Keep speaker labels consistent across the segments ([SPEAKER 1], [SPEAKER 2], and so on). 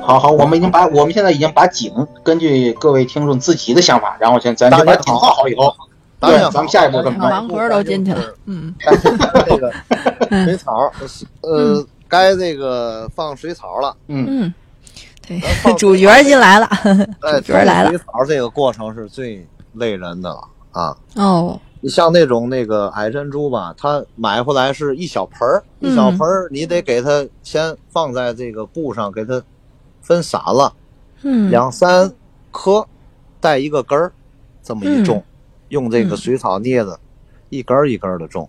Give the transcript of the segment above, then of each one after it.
[SPEAKER 1] 好好，我们已经把我们现在已经把井根据各位听众自己的想法，然后先咱就
[SPEAKER 2] 大
[SPEAKER 1] 把
[SPEAKER 2] 家
[SPEAKER 1] 井
[SPEAKER 2] 好
[SPEAKER 1] 做好以后，
[SPEAKER 2] 大家好
[SPEAKER 1] 对咱们下一步怎么着？
[SPEAKER 2] 大家
[SPEAKER 3] 盲盒都进去了，嗯，
[SPEAKER 2] 这个水草，呃，该这个放水草了。
[SPEAKER 1] 嗯，
[SPEAKER 3] 嗯，对
[SPEAKER 2] 咱放，
[SPEAKER 3] 主角进来了。
[SPEAKER 2] 哎，
[SPEAKER 3] 主角来了
[SPEAKER 2] 放水草这个过程是最累人的了啊！
[SPEAKER 3] 哦，
[SPEAKER 2] 你像那种那个矮珍珠吧，它买回来是一小盆儿，
[SPEAKER 3] 嗯
[SPEAKER 2] 一小盆儿，你得给它先放在这个布上，给它分散了，
[SPEAKER 3] 嗯，
[SPEAKER 2] 两三颗，带一个根儿，这么一种，用这个水草镊子一根儿一根儿的种，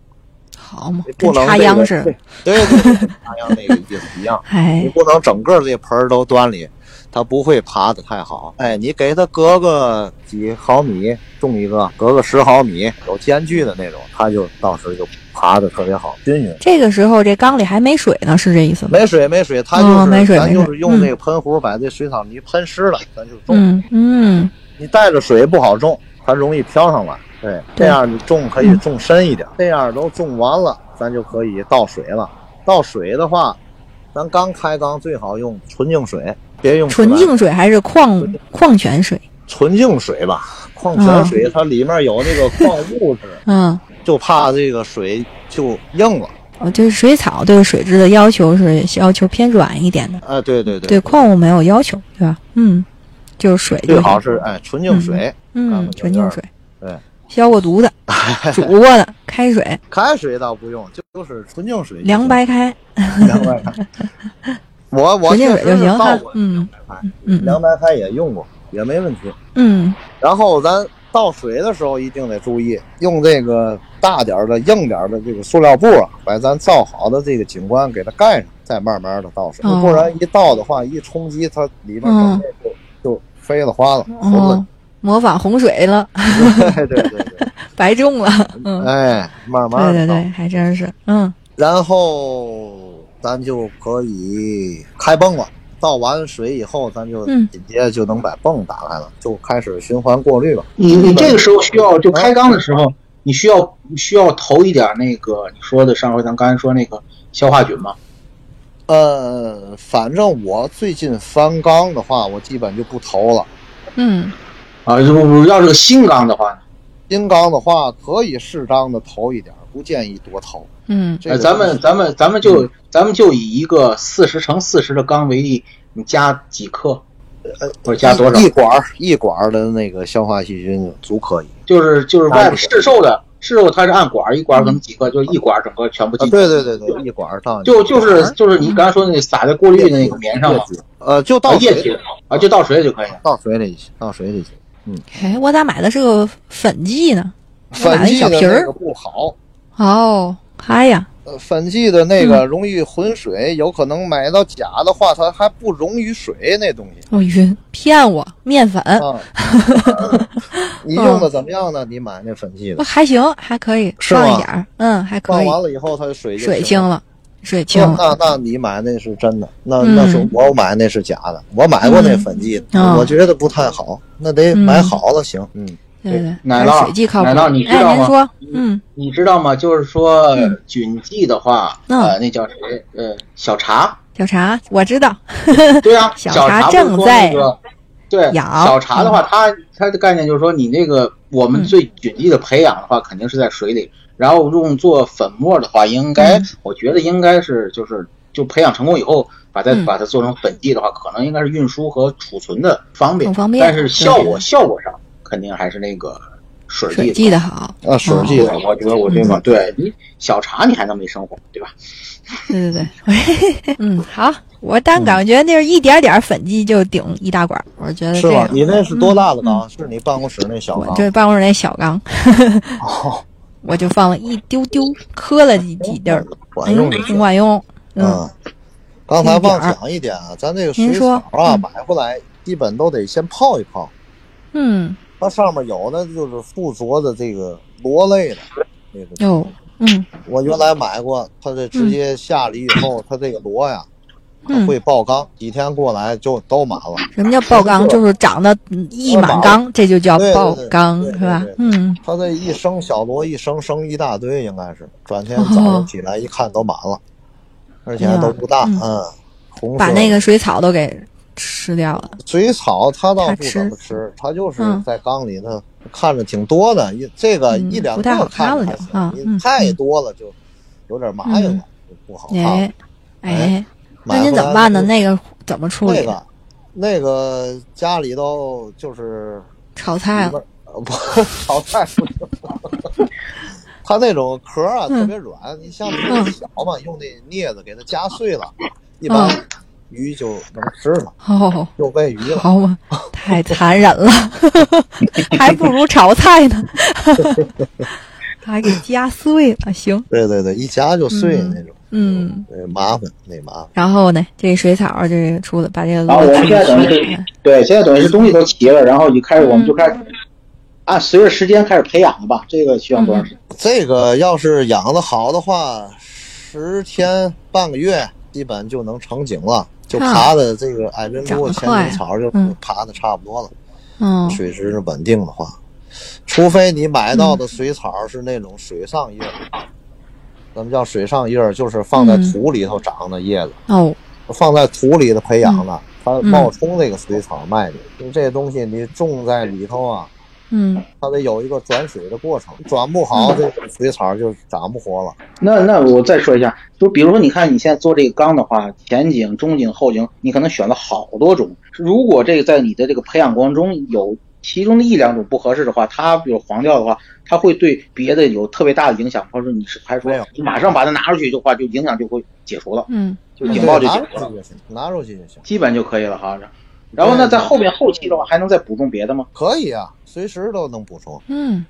[SPEAKER 3] 好嘛
[SPEAKER 2] 你，
[SPEAKER 3] 跟
[SPEAKER 2] 不能
[SPEAKER 3] 插
[SPEAKER 2] 这个
[SPEAKER 3] 秧似的。
[SPEAKER 2] 对对对，跟大洋那个意思一 样。你
[SPEAKER 3] 哎，
[SPEAKER 2] 不能整个这盆儿都端里，它不会爬得太好。哎，你给它隔个几毫米种一个，隔个十毫米有间距的那种，它就到时就爬得特别好，均匀。
[SPEAKER 3] 这个时候这缸里还没水呢，是这意思吗？
[SPEAKER 2] 没水没水，它就
[SPEAKER 3] 哦
[SPEAKER 2] 是、
[SPEAKER 3] 没水
[SPEAKER 2] 咱
[SPEAKER 3] 没水
[SPEAKER 2] 就是用这个喷壶把这水草泥喷湿了，咱就种。
[SPEAKER 3] 嗯嗯，
[SPEAKER 2] 你带着水不好种，它容易飘上来。对，这样你种可以种深一点，
[SPEAKER 3] 嗯
[SPEAKER 2] 这样都种完了，咱就可以倒水了。倒水的话，咱刚开缸最好用纯净水，别用自来
[SPEAKER 3] 纯净水还是矿
[SPEAKER 2] 纯净
[SPEAKER 3] 矿泉水？
[SPEAKER 2] 纯净水吧，矿泉水它里面有那个矿物质，
[SPEAKER 3] 嗯，
[SPEAKER 2] 就怕这个水就硬了。
[SPEAKER 3] 我对水草对水质的要求是要求偏软一点的，
[SPEAKER 2] 哎，对对对，
[SPEAKER 3] 对矿物没有要求，对吧？嗯，就是水就
[SPEAKER 2] 最
[SPEAKER 3] 行
[SPEAKER 2] 好是哎纯净水，干
[SPEAKER 3] 嗯
[SPEAKER 2] 了，
[SPEAKER 3] 纯
[SPEAKER 2] 有
[SPEAKER 3] 净
[SPEAKER 2] 点
[SPEAKER 3] 水，
[SPEAKER 2] 对，
[SPEAKER 3] 消 过毒的，煮过的开水，
[SPEAKER 2] 开水倒不用，就就是纯净水就行，
[SPEAKER 3] 凉白开，
[SPEAKER 2] 凉白开。 我我
[SPEAKER 3] 纯净
[SPEAKER 2] 确
[SPEAKER 3] 水
[SPEAKER 2] 实
[SPEAKER 3] 就是行
[SPEAKER 2] 倒
[SPEAKER 3] 哈
[SPEAKER 2] 过。
[SPEAKER 3] 嗯
[SPEAKER 2] 白开，
[SPEAKER 3] 嗯
[SPEAKER 2] 凉白开也用过，也没问题。
[SPEAKER 3] 嗯
[SPEAKER 2] 然后咱倒水的时候一定得注意，用这个大点儿的、硬点儿的这个塑料布啊，把咱造好的这个景观给它盖上，再慢慢的倒水，
[SPEAKER 3] 哦
[SPEAKER 2] 不然一倒的话，一冲击它里面整个就、就飞了花了，
[SPEAKER 3] 嗯，
[SPEAKER 2] 胡
[SPEAKER 3] 哦，模仿洪水了，
[SPEAKER 2] 子。对对对对，
[SPEAKER 3] 白 种了。嗯，
[SPEAKER 2] 哎，慢慢
[SPEAKER 3] 对
[SPEAKER 2] 的
[SPEAKER 3] 对
[SPEAKER 2] 倒，
[SPEAKER 3] 对，还真是。嗯
[SPEAKER 2] 然后咱就可以开泵了。倒完水以后，咱就
[SPEAKER 3] 嗯
[SPEAKER 2] 紧接着就能把泵打开了，就开始循环过滤了。
[SPEAKER 1] 你你这个时候需要就开缸的时候，你需要你需要投一点那个你说的上回咱刚才说那个消化菌吗？
[SPEAKER 2] 呃，反正我最近翻缸的话，我基本就不投了。
[SPEAKER 3] 嗯
[SPEAKER 1] 啊，如果要是个新缸的话呢，
[SPEAKER 2] 新缸的话，可以适当的投一点，不建议多投。
[SPEAKER 3] 嗯
[SPEAKER 2] 这个嗯
[SPEAKER 1] 呃咱们咱们咱们就咱们就以一个四十乘四十的缸为例，你加几克，或者加多少
[SPEAKER 2] 呃一？一管儿一管儿的那个消化细菌就足可以。
[SPEAKER 1] 就是就是外
[SPEAKER 2] 啊拿一
[SPEAKER 1] 面
[SPEAKER 2] 个
[SPEAKER 1] 市售的市售它是按管儿一管儿可能几克，就是一管儿整个全部
[SPEAKER 2] 啊，
[SPEAKER 1] 进去。
[SPEAKER 2] 对对对对，一管儿到
[SPEAKER 1] 就
[SPEAKER 3] 嗯
[SPEAKER 1] 就是就是你刚才说那撒在过滤的那个棉上嘛，
[SPEAKER 2] 呃，就
[SPEAKER 3] 嗯
[SPEAKER 1] 倒
[SPEAKER 2] 倒
[SPEAKER 1] 液体
[SPEAKER 2] 水
[SPEAKER 1] 的啊，就倒水就可以了。
[SPEAKER 2] 倒水里去，倒水里去。
[SPEAKER 3] 哎，我咋买的是个粉剂呢？我买
[SPEAKER 2] 粉
[SPEAKER 3] 了一
[SPEAKER 2] 剂
[SPEAKER 3] 小
[SPEAKER 2] 的
[SPEAKER 3] 瓶
[SPEAKER 2] 那
[SPEAKER 3] 儿
[SPEAKER 2] 个。不好，
[SPEAKER 3] 哦，嗨呀，
[SPEAKER 2] 呃，粉剂的那个容易混水，有可能买到假的话，它还不溶于水那东西。
[SPEAKER 3] 我晕，哎骗我面粉，
[SPEAKER 2] 啊，你用的怎么样呢？你买那粉剂的
[SPEAKER 3] 我。还行，还可以，
[SPEAKER 2] 是
[SPEAKER 3] 放一
[SPEAKER 2] 吗
[SPEAKER 3] 点儿，嗯，还可
[SPEAKER 2] 放
[SPEAKER 3] 以，
[SPEAKER 2] 完了以啊后，它的水就
[SPEAKER 3] 水清了，水清
[SPEAKER 2] 那
[SPEAKER 3] 了。
[SPEAKER 2] 那那你买那是真的，那、
[SPEAKER 3] 嗯
[SPEAKER 2] 那是我买那是假的，我买过那粉剂的，
[SPEAKER 3] 嗯哦
[SPEAKER 2] 我觉得不太好，那得买好了行。嗯，
[SPEAKER 3] 对对，
[SPEAKER 1] 奶
[SPEAKER 3] 还是
[SPEAKER 1] 酪
[SPEAKER 3] 水剂靠谱。
[SPEAKER 1] 奶酪你知
[SPEAKER 3] 哎，
[SPEAKER 1] 道
[SPEAKER 3] 您
[SPEAKER 1] 吗
[SPEAKER 3] 说，嗯，
[SPEAKER 1] 你知道吗？就是说
[SPEAKER 3] 嗯
[SPEAKER 1] 菌剂的话，
[SPEAKER 3] 嗯
[SPEAKER 1] 呃，那叫谁？呃，小茶。
[SPEAKER 3] 小茶，我知道，
[SPEAKER 1] 对啊，
[SPEAKER 3] 小
[SPEAKER 1] 小
[SPEAKER 3] 茶
[SPEAKER 1] 茶不是
[SPEAKER 3] 正
[SPEAKER 1] 说
[SPEAKER 3] 在嗯
[SPEAKER 1] 那个。对，
[SPEAKER 3] 养
[SPEAKER 1] 小茶的话，它它的概念就是说，你那个我
[SPEAKER 3] 嗯
[SPEAKER 1] 们对菌剂的培养的话，肯定是在水里，然后用做粉末的话，应
[SPEAKER 3] 嗯
[SPEAKER 1] 该我觉得应该是就是就培养成功以后，把它
[SPEAKER 3] 嗯
[SPEAKER 1] 把它做成粉剂的话，可能应该是运输和储存的方便
[SPEAKER 3] 更，方便
[SPEAKER 1] 但是效
[SPEAKER 3] 对对
[SPEAKER 1] 果效果上肯定还是那个水
[SPEAKER 3] 水
[SPEAKER 1] 剂
[SPEAKER 3] 剂的好。
[SPEAKER 2] 啊，水
[SPEAKER 1] 对，
[SPEAKER 2] 剂的，
[SPEAKER 1] 我觉得我这
[SPEAKER 3] 嗯
[SPEAKER 1] 个对你小茶你还能没生活，对吧？
[SPEAKER 3] 对对对，嗯，好，我但感觉那是一点点儿粉剂就顶一大管儿，我觉得
[SPEAKER 2] 是
[SPEAKER 3] 这
[SPEAKER 2] 吧
[SPEAKER 3] 样？
[SPEAKER 2] 你那是多大的
[SPEAKER 3] 嗯
[SPEAKER 2] 缸？是你办公室那小
[SPEAKER 3] 我
[SPEAKER 2] 缸？
[SPEAKER 3] 这办公室那小缸，
[SPEAKER 2] 哦，
[SPEAKER 3] 我就放了一丢丢，磕了几几地儿，
[SPEAKER 2] 管用的。
[SPEAKER 3] 挺管用。嗯，
[SPEAKER 2] 嗯，刚才忘讲一点啊，咱这个水
[SPEAKER 3] 您
[SPEAKER 2] 草
[SPEAKER 3] 说
[SPEAKER 2] 啊，
[SPEAKER 3] 嗯
[SPEAKER 2] 买回来基本都得先泡一泡。
[SPEAKER 3] 嗯，
[SPEAKER 2] 它上面有的就是附着的这个螺类的，这个
[SPEAKER 3] 哦，嗯
[SPEAKER 2] 我原来买过，它这直接下里以后，它这个螺呀它
[SPEAKER 3] 嗯，
[SPEAKER 2] 会爆缸，几天过来就都满了。
[SPEAKER 3] 什么叫爆缸？就是长得嗯溢满缸，这就叫
[SPEAKER 2] 对对
[SPEAKER 3] 爆缸，
[SPEAKER 2] 对对
[SPEAKER 3] 是吧
[SPEAKER 2] 对？
[SPEAKER 3] 嗯，
[SPEAKER 2] 它这一生小螺一生生一大堆，应该是转天早上起来一看都满了，而且还都不大，
[SPEAKER 3] 嗯
[SPEAKER 2] 嗯，红色
[SPEAKER 3] 把那个水草都给吃掉了。
[SPEAKER 2] 水草它倒不
[SPEAKER 3] 它吃
[SPEAKER 2] 怎么吃，它就是
[SPEAKER 3] 嗯
[SPEAKER 2] 在缸里呢，看着挺多的，一这个
[SPEAKER 3] 嗯
[SPEAKER 2] 一两
[SPEAKER 3] 不太好
[SPEAKER 2] 个
[SPEAKER 3] 看
[SPEAKER 2] 看着还
[SPEAKER 3] 了就
[SPEAKER 2] 行，
[SPEAKER 3] 啊
[SPEAKER 2] 你
[SPEAKER 3] 嗯
[SPEAKER 2] 太多了就有点麻硬了，就不好看了
[SPEAKER 3] 哎。哎，那
[SPEAKER 2] 买
[SPEAKER 3] 您
[SPEAKER 2] 回
[SPEAKER 3] 怎
[SPEAKER 2] 来
[SPEAKER 3] 么办呢？
[SPEAKER 2] 就
[SPEAKER 3] 那个怎么处
[SPEAKER 2] 那
[SPEAKER 3] 理？
[SPEAKER 2] 个那个家里头就是
[SPEAKER 3] 炒菜
[SPEAKER 2] 里边
[SPEAKER 3] 了。
[SPEAKER 2] 儿呃不炒菜不行，它那种壳儿
[SPEAKER 3] 嗯
[SPEAKER 2] 啊特别软，你像那个小嘛，用那镊子给它夹碎了，一般
[SPEAKER 3] 嗯
[SPEAKER 2] 鱼就能吃了，
[SPEAKER 3] 哦，
[SPEAKER 2] 就喂鱼了。
[SPEAKER 3] 好嘛，太残忍了， 还不如炒菜呢， 还给夹碎了。行，
[SPEAKER 2] 对对对，一夹就碎
[SPEAKER 3] 嗯
[SPEAKER 2] 那种，
[SPEAKER 3] 嗯，
[SPEAKER 2] 对，麻烦那麻烦。
[SPEAKER 3] 然后呢，这水草这除了把这个
[SPEAKER 1] 然后
[SPEAKER 3] 螺
[SPEAKER 1] 我们
[SPEAKER 3] 去
[SPEAKER 1] 现在等于嗯是
[SPEAKER 3] 去，
[SPEAKER 1] 对，现在等于是东西都齐了，然后就开始我们
[SPEAKER 3] 嗯
[SPEAKER 1] 就开始按随着时间开始培养吧。这个需要多长时间？
[SPEAKER 2] 这个要是养的好的话，十天半个月基本就能成景了，就
[SPEAKER 3] 啊
[SPEAKER 2] 爬的这个矮珍
[SPEAKER 3] 长
[SPEAKER 2] 珠、
[SPEAKER 3] 得
[SPEAKER 2] 千
[SPEAKER 3] 快
[SPEAKER 2] 层草就
[SPEAKER 3] 嗯
[SPEAKER 2] 爬的差不多了。
[SPEAKER 3] 嗯，
[SPEAKER 2] 水质是稳定的话，除非你买到
[SPEAKER 3] 嗯
[SPEAKER 2] 的水草是那种水上叶，咱们叫水上叶，就是放在
[SPEAKER 3] 嗯
[SPEAKER 2] 土里头长的叶子，
[SPEAKER 3] 哦，
[SPEAKER 2] 放在土里头培
[SPEAKER 3] 嗯
[SPEAKER 2] 养的，它冒充这个水草卖你。因为这东西你种在里头啊，
[SPEAKER 3] 嗯，
[SPEAKER 2] 它得有一个转水的过程，转不好这个水草就长不活了。
[SPEAKER 1] 那那我再说一下，就比如说，你看你现在做这个缸的话，前景、中景、后景，你可能选了好多种。如果这个在你的这个培养过程中有其中的一两种不合适的话，它比如黄掉的话，它会对别的有特别大的影响，或者说你是还是说
[SPEAKER 2] 没有
[SPEAKER 1] 你马上把它拿出去的话，就影响就会解除了，
[SPEAKER 3] 嗯，
[SPEAKER 1] 就警报就
[SPEAKER 2] 拿
[SPEAKER 1] 解
[SPEAKER 2] 出
[SPEAKER 1] 除了，
[SPEAKER 2] 去就行，拿出去就行，
[SPEAKER 1] 基本就可以了哈。然后呢，在后面后期的话，还能再补种别的吗？
[SPEAKER 2] 可以啊，随时都能补充。
[SPEAKER 3] 嗯，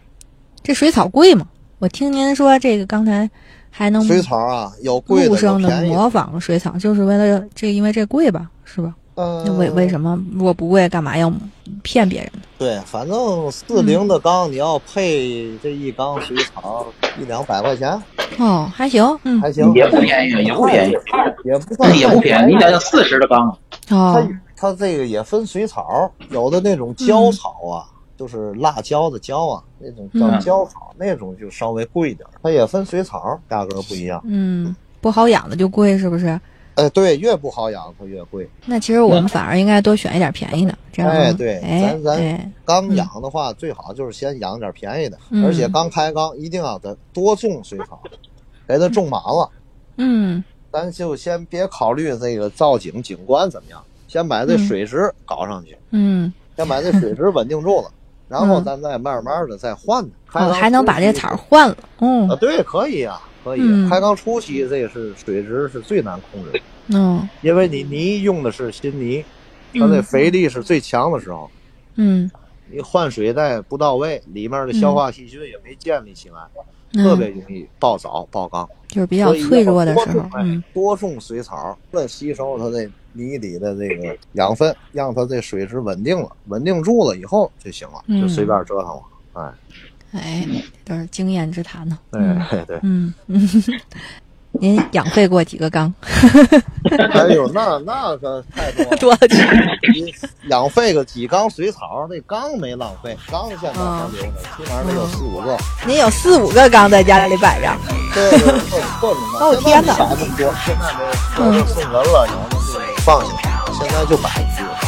[SPEAKER 3] 这水草贵吗？我听您说这个刚才还能
[SPEAKER 2] 水草啊，有贵的，
[SPEAKER 3] 嗯陆
[SPEAKER 2] 有
[SPEAKER 3] 生的
[SPEAKER 2] 便宜的。
[SPEAKER 3] 模仿水草，就是为了这，因为这贵吧，是吧？那
[SPEAKER 2] 嗯，
[SPEAKER 3] 为为什么如果不贵，干嘛要骗别人？
[SPEAKER 2] 对，反正四零的缸，你要配这一缸水草，一两百块钱
[SPEAKER 3] 哦，还行，嗯，
[SPEAKER 2] 还行，
[SPEAKER 1] 也不便宜也不便宜，
[SPEAKER 2] 也不算
[SPEAKER 1] 也不便宜，你想想四十的缸啊，
[SPEAKER 3] 哦
[SPEAKER 2] 它，它这个也分水草，有的那种椒草啊，就是辣椒的椒啊，那种叫
[SPEAKER 3] 嗯
[SPEAKER 2] 椒草，那种就稍微贵一点。它也分水草，价格不一样。
[SPEAKER 3] 嗯，不好养的就贵，是不是？
[SPEAKER 2] 哎，对，越不好养它越贵。
[SPEAKER 3] 那其实我们反而应该多选一点便宜的，这样
[SPEAKER 2] 嗯哎对
[SPEAKER 3] 哎
[SPEAKER 2] 咱咱
[SPEAKER 3] 哎
[SPEAKER 2] 刚养的话，最好就是先养点便宜的，
[SPEAKER 3] 嗯
[SPEAKER 2] 而且刚开缸一定要得多种水草，给它种满了。
[SPEAKER 3] 嗯
[SPEAKER 2] 咱就先别考虑这个造景景观怎么样，先把这
[SPEAKER 3] 嗯
[SPEAKER 2] 水质搞上去，
[SPEAKER 3] 嗯，
[SPEAKER 2] 先把这水质稳定住了，然后
[SPEAKER 3] 嗯
[SPEAKER 2] 咱再慢慢的再换它。开
[SPEAKER 3] 哦，
[SPEAKER 2] 缸
[SPEAKER 3] 还能把这
[SPEAKER 2] 初期
[SPEAKER 3] 草换了，嗯
[SPEAKER 2] 啊，对，可以啊，可以啊。
[SPEAKER 3] 嗯
[SPEAKER 2] 开缸初期这个是水质是最难控制的，
[SPEAKER 3] 嗯
[SPEAKER 2] 因为你泥用的是新泥，它那
[SPEAKER 3] 嗯
[SPEAKER 2] 肥力是最强的时候，
[SPEAKER 3] 嗯，
[SPEAKER 2] 你换水带不到位，里面的消化细菌也没建立起来，
[SPEAKER 3] 嗯
[SPEAKER 2] 特别容易爆藻爆缸。
[SPEAKER 3] 就是比较
[SPEAKER 2] 所以要
[SPEAKER 3] 脆弱的
[SPEAKER 2] 多
[SPEAKER 3] 时候
[SPEAKER 2] 种，
[SPEAKER 3] 嗯
[SPEAKER 2] 哎，多种水草，为吸收它这泥里的这个养分，让它这水质稳定了，稳定住了以后就行了，
[SPEAKER 3] 嗯
[SPEAKER 2] 就随便折腾了。哎，
[SPEAKER 3] 哎，这都是经验之谈呢。
[SPEAKER 2] 对、
[SPEAKER 3] 嗯
[SPEAKER 2] 对，
[SPEAKER 3] 嗯，嗯您养废过几个缸？
[SPEAKER 2] 哎呦，那那可太多了。
[SPEAKER 3] 多了去。
[SPEAKER 2] 你养废个几缸水草，那缸没浪费，缸现在还留着，起码得有四五个。
[SPEAKER 3] 您有四五个缸在家里摆着，
[SPEAKER 2] 对对，各各种缸。
[SPEAKER 3] 哦天哪
[SPEAKER 2] 哪！
[SPEAKER 3] 嗯
[SPEAKER 2] 现在没有，现在都送人了，有的就放下，现在就摆一个。